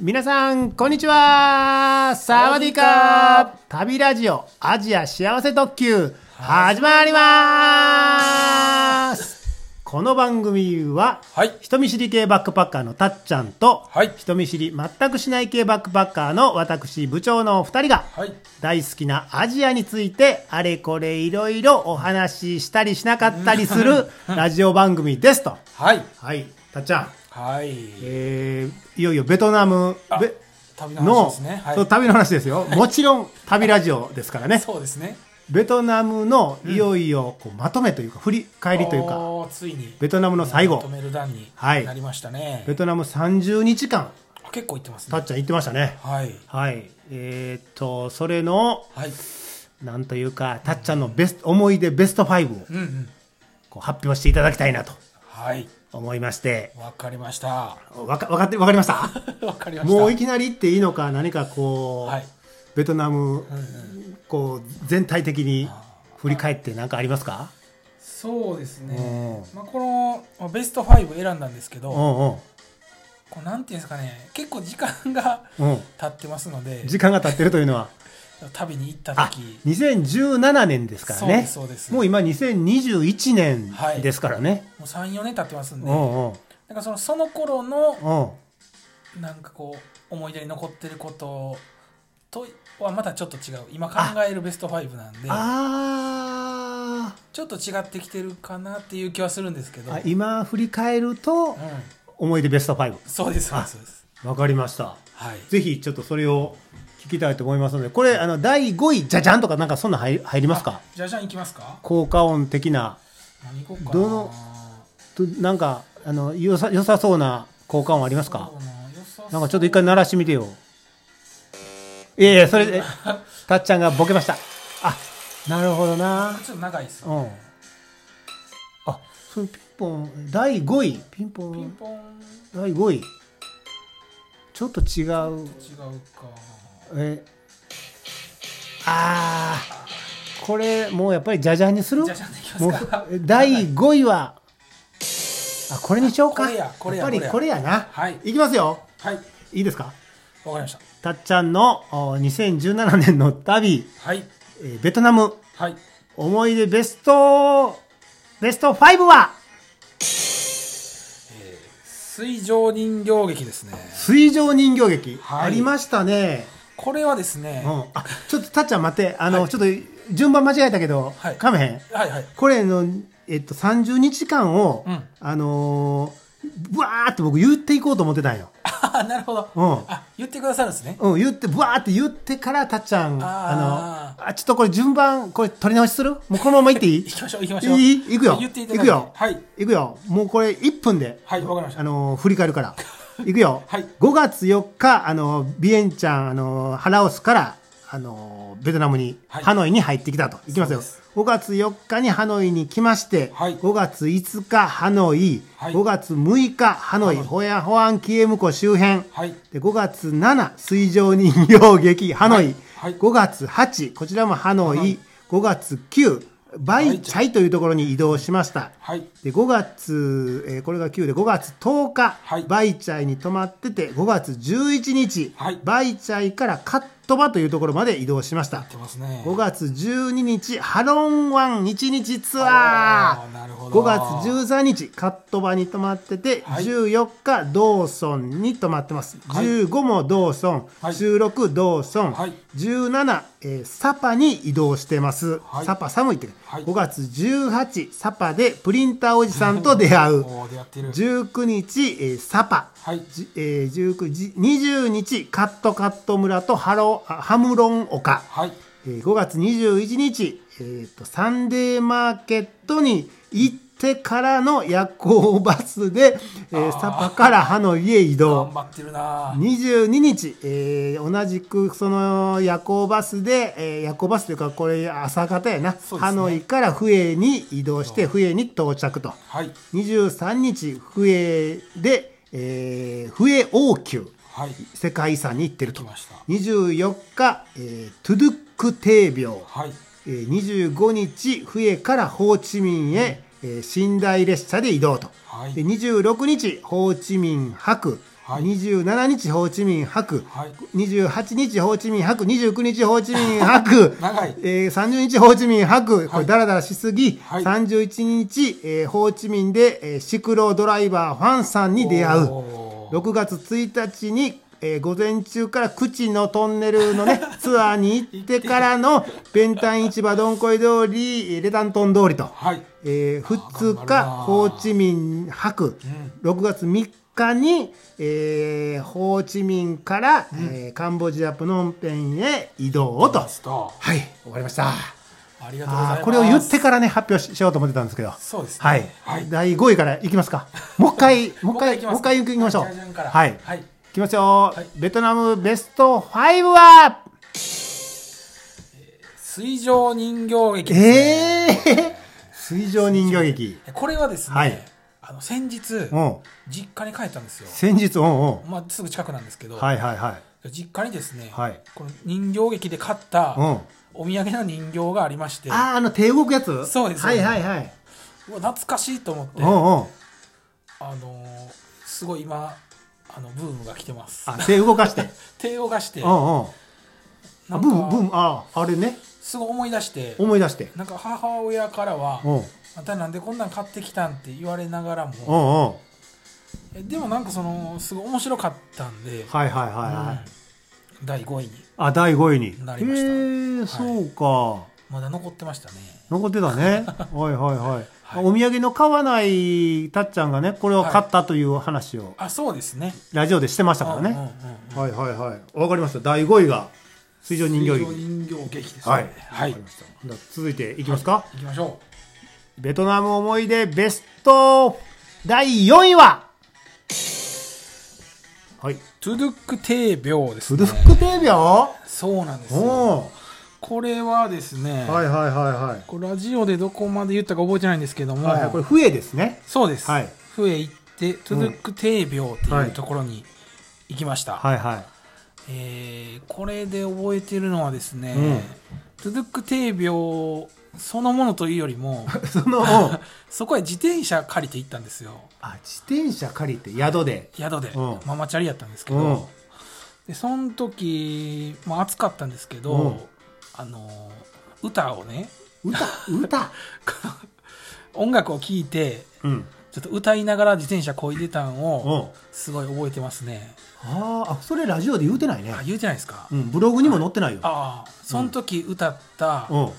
皆さん、こんにちはサワディーカー旅ラジオアジア幸せ特急始まりますこの番組は、はい人見知り系バックパッカーのたっちゃんと、はい人見知り全くしない系バックパッカーの私、部長のお二人が、はい大好きなアジアについて、あれこれいろいろお話ししたりしなかったりす るラジオ番組ですと。はいはい、たっちゃん。はいえーいよいよベトナムあべ旅の話のですねはいそう旅の話ですよ、もちろん旅ラジオですからね、そうですねベトナムのいよいよこうまとめというか、振り返りというか、おーついにベトナムの最ま後と、める段にはいなりましたね、ベトナム30日間、あ結構いってますたねっちゃん行ってましたね。はいはい、えーっと、それの、はいなんというか、たっちゃんのベスト思い出ベスト5をうんうんこう発表していただきたいなとはい思いまして、わかりました わわかわかってわかりましたかりましたもういきなり行っていいのか、何かこう、はいベトナムうんうんこう全体的に振り返って何かありますかそうですねう、まあ、このまあベスト5選んだんですけうどんうんこうなんていうんですかね結構時間が うん経ってますので時間が経ってるというのは旅に行ったあ時2017年ですからねそうですそうですもう今2021は年いですからね、もう34年経ってますんでうなんうんかそのその頃のうんなんかこう思い出に残ってることとはまたちょっと違う今考えるベスト5なんであーちょっと違ってきてるかなっていう気はするんですけど、あうん、今振り返ると思い出ベスト5そうですそうですそうですわかりましたはいぜひちょっとそれを聞きたいと思いますのでこれあの第5位じゃじゃんとかなんかそんなん入入りますかあじゃあじゃんいきますか効果音的な何行こうかなどのとなんかあのよさ良さそうな効果音ありますかそうな良さそうなんかちょっと一回鳴らしてみてよいやいやそ れでたっちゃんがボケましたあなるほどなちょっと長いですうんあそれピンポン第5位ピンポピンンポン第5位ちょっと違う違うかえあーこれもうやっぱりじゃじゃんにするじゃじゃんでいきもまうすか第5位はあこれにしようかこれやこれやっぱりここれれやなはいいきますよはいわかいいですかりましたたっちゃんのお2017年の旅、はいえーベトナムはい思い出ベストベスト5は水上人形劇ですね水上人形劇、はいありましたね、これはですね、うん、あちょっとたっちゃん待ってあの、はいちょっと順番間違えたけど、はいかめへんはいはいこれの、えっと、30日間を、うんあのーぶわーって僕言っていこうと思ってたんよ、あなるほど、うんあ言ってくださるんですねうん、言ってぶわーって言ってからたっちゃんああのあちょっとこれ順番これ取り直しするもうこのままいっていい行きましょう行きましょういいいくよ。言っていただいいてくよ。はい。いくよ。もうこれ1分で、はいわかりましたあのー、振り返る から。いくよ。はい5月4日、あのー、ビエンチャン、あのー、ハラオスから、あのー、ベトナムに、はいハノイに入ってきたと。いきますよ。そう5月4日にハノイに来まして、はい5月5日、ハノイ、はい5月6日、ハノイ、ホヤホアンキエムコ周辺、はいで5月7、水上人形劇、ハノイ、はいはい5月8、こちらもハノイ、ハノイ5月9、バイチャイというところに移動しました。はいで5月、えーこれが9で5月10日、はいバイチャイに泊まってて5月11日、はいバイチャイからカットバというところまで移動しましたやってますね5月12日ハロン湾1日ツアおーなるーほ5ど月13日カットバに泊まってて、はい14日ドーソンに泊まってます、はい15もドーソン、はい16ドーソン、はい17、えーサパに移動してます、はいサパ寒いって、はい5月18サパでプリンターおじさんと出会うおー出会ってる19日、えーサパはいじえー19じ20日カットカット村とハロあハムロン丘はいえー5月21日、えーとサンデーマーケットに行ってからの夜行バスで、えーあーサパからハノイへ移頑動張ってるなぁ22日、えー同じくその夜行バスで、えー夜行バスというかこれ朝方やな、そうですねハノイからフエに移動してフエに到着とはい23日フエで、えーフエ王宮はい世界遺産に行ってると来ました24日、えートゥドゥック帝廟はいえー25日、笛からホーチミンへ、えー寝台列車で移動と、はいで26日、ホーチミン博、はい27日ホーチミン博、はい28日ホーチミン博29日 ホーチミン博長いえー、30日ホーチミン博こはれいダラダラしすぎ、はい31日、えーホーチミンで、えーシクロドライバーファンさんに出会うおー6月1日に、えー午前中から口のトンネルの ねツアーに行ってからの弁ン市場どんこい通りえーレタントン通りと、はいえーあ2ー頑張るな日ホーチミン博、6月3日に、えーホーチミンから、えーカンボジアプノンペンへ移動をとスターはい終わりましたありがとうございまあすーこれを言ってからね発表ししようと思ってたんですけどそうですねはい、はい第5位からいきますかもう一 回もう一回行きもまうす一回いきましょうじゃあ順からはいはいいきますよ、はいベトナムベスト5は水上人形劇ですねえー、水上人形劇これはですね、はいあの先日うん実家に帰ったんですよ、先日うんうんまあ、すぐ近くなんですけど、はいはいはい実家にですね、はいこの人形劇で買ったうんお土産の人形がありまして、あーあの手動くやつそうですはいはいはいうわ懐かしいと思って、うんうんあのーすごい今あのブームが来てますあ手動かして手を出してうんうんなあんブームブーかムあーあれねすごい思い出して思い出してなんか母親からはうんうん「あんたなんでこんなん買ってきたん?」って言われながらうんもはえでもなんかそのすごい面白かったんで、いはいはいはい、うん第5位にあ第5位になりましたへえそうか、まだ残ってましたね残ってたね はいはいはい、はいお土産の買わないたっちゃんがねこれを買ったという話をあそうですねラジオでしてましたからね、うんうんうんはいはいはいわかりました第5位が水上人形水上劇人形劇ですねはい、はい、わかりましたじゃあ続いていきますか、行きましょうベトナム思い出ベスト第4位ははいトゥドゥック帝廟ですフねルフックテービョそうなんですよおこれはですね、ーはいはいはいはいこれラジオでどこまで言ったか覚えてないんですけども、はいはいこれ笛ですねそうです、はい笛行ってトゥドゥック帝廟っていうところに行きました、はいはいえーこれで覚えてるのはですね、うんトゥドゥック帝廟そのものというよ りもその、うんそこへ自転車借りて行ったんですよあ、自転車借りて宿で。宿で、うんママチャリやったんですけど、うんでその時、まあ、暑かったんですけど、うんあの歌をね 歌、歌。音楽を聴いてうん。ちょっと歌いながら自転車こいでたんうん。をあすごい覚えてますねーあ、それラジオで言うてないねあ。言うじゃないですか、うん、ブログにも載ってないよ。ああその時歌った、うん。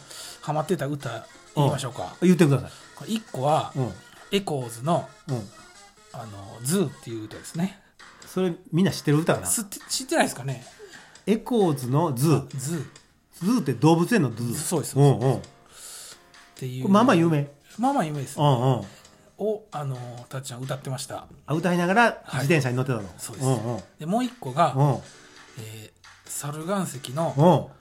ハマってた歌言いましょうか、言ってください。これ1個は、うん。エコーズのうん。 「あのズー」っていう歌ですねそれみんな知ってる歌かなすって知ってないですかねエコーズのズー。ズーっズーって動物園のズー。そうですうんうん。こていれうまあまあ有名。まあまあ有名です、うんうん。をあのたっちゃん歌ってましたあ歌いながら自転車に乗ってたの。そうですうんうん。でもう一個が、うん。えー、サル岩石の、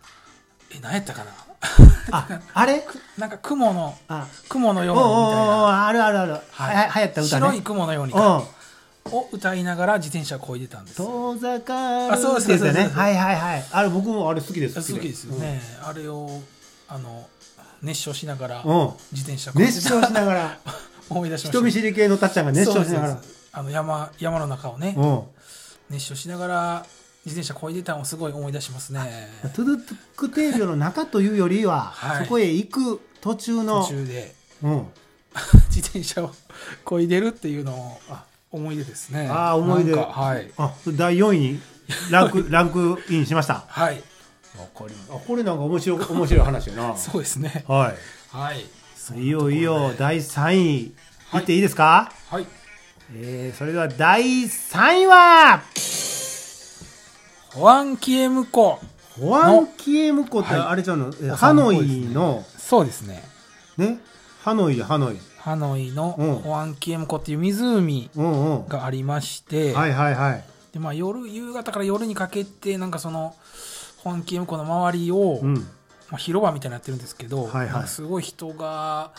うん。え何やったかな あ、あれなんか雲のあ、雲のおよううにおみうたおいうな、あるあるある。はや流行った歌ね。白い雲のようにうかん。を歌いながら自転車こいでたんですよ遠ざかるあそうですそっうですてやつだそうですはいはいはいあれ僕もあれ好きです好きですよね、あれをあの熱唱しながらうん、うん自転車こいでた熱唱しなが ら 思い出しました人見知り系のたっちゃんが熱唱しながそうらですあの山山の中をね、う熱唱しながら自転車こいでたのをすごい思い出しますねんトゥドゥックテービョの中というよりは、はいそこへ行く途中の途中で うん、自転車をこいでるっていうのをあ思い出ですねああ思い出なんかはいあ第4位にラン クランクインしましたはいあこれなんか面白い面白い話やなそうですね ははいいいよいいよはい第3位いっていいですか、はいえーそれでは第3位はホアンキエムコホアン・キエムコってはいあれじゃの、えおハ散ノ歩ですねイのそうですねねハノイハノイハノイのうんホアンキエムコっていう湖うんうんがありまして、はいはいはいでまあ、夜夕方から夜にかけてなんかそのホアンキエムコの周りを、うんまあ、広場みたいになってるんですけど、はいはいなんかすごい人が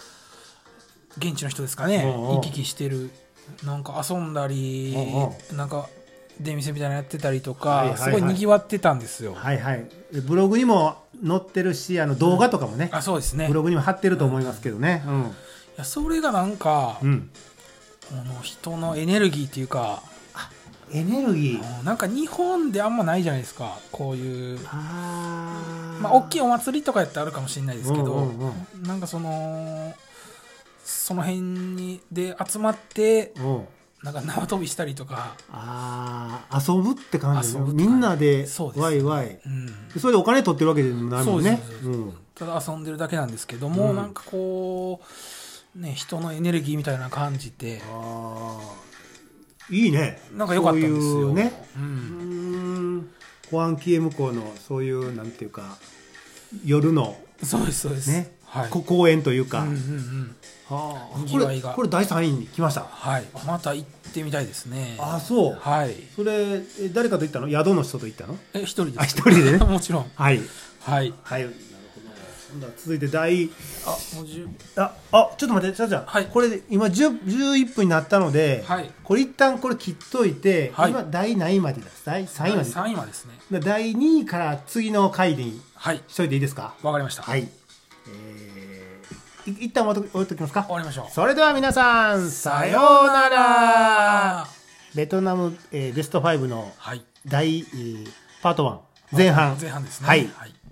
現地の人ですかねうんうん行き来してるなんか遊んだりうなんか出店みたいなのやってたりとはいはいはかいすごいにぎわってたんですよ。はいはいブログにも載ってるしあの動画とかもね、あそうですねブいログにも貼ってると思いますけどねうん、やそれがなんかうん、この人のエネルギーっていうかエネルギーうんなんか日本であんまないじゃないですかこういう、あーまあ、大きいお祭りとかやってあるかもしれないですけど、うんうんなんかそのその辺にで集まってうんうんなんか縄跳びしたりとか、ああ遊ぶって感じだね遊ぶって感じみんなでそうですワイワイうん、それでお金取ってるわけでもないもんねそうですうそうんただ遊んでるだけなんですけども、うんなんかこう、ね、人のエネルギーみたいなの感じてあーいいねなんか良かったんですよそういうねう、うんーん保安系向こうのそういうなんていうか夜のそうですそうです、ねはい、こ公園というか、うんうんうんはあにこぎわいれがこれ第3位に来ましたはい、また行ってみたいですねあそう、はいそれえ誰かと行ったの宿の人と行ったのえ一人ですあ一人でね もちろんはいはいはいなるほどそんな続いて第あもう10ああちょっと待ってさあちゃん、はいこれで今10 11分になったので、はいこれ一旦これ切っといて、はい今第何位までだ第3位まで3位までですねで第2位から次の回にはいしといていいですかわかりました、、はいい、えー、い一旦置いと置いときますか終わりましょうそれでは皆さんさようならベトナム、えーベスト5のはい第、えーパート1前半前半ですねはいはい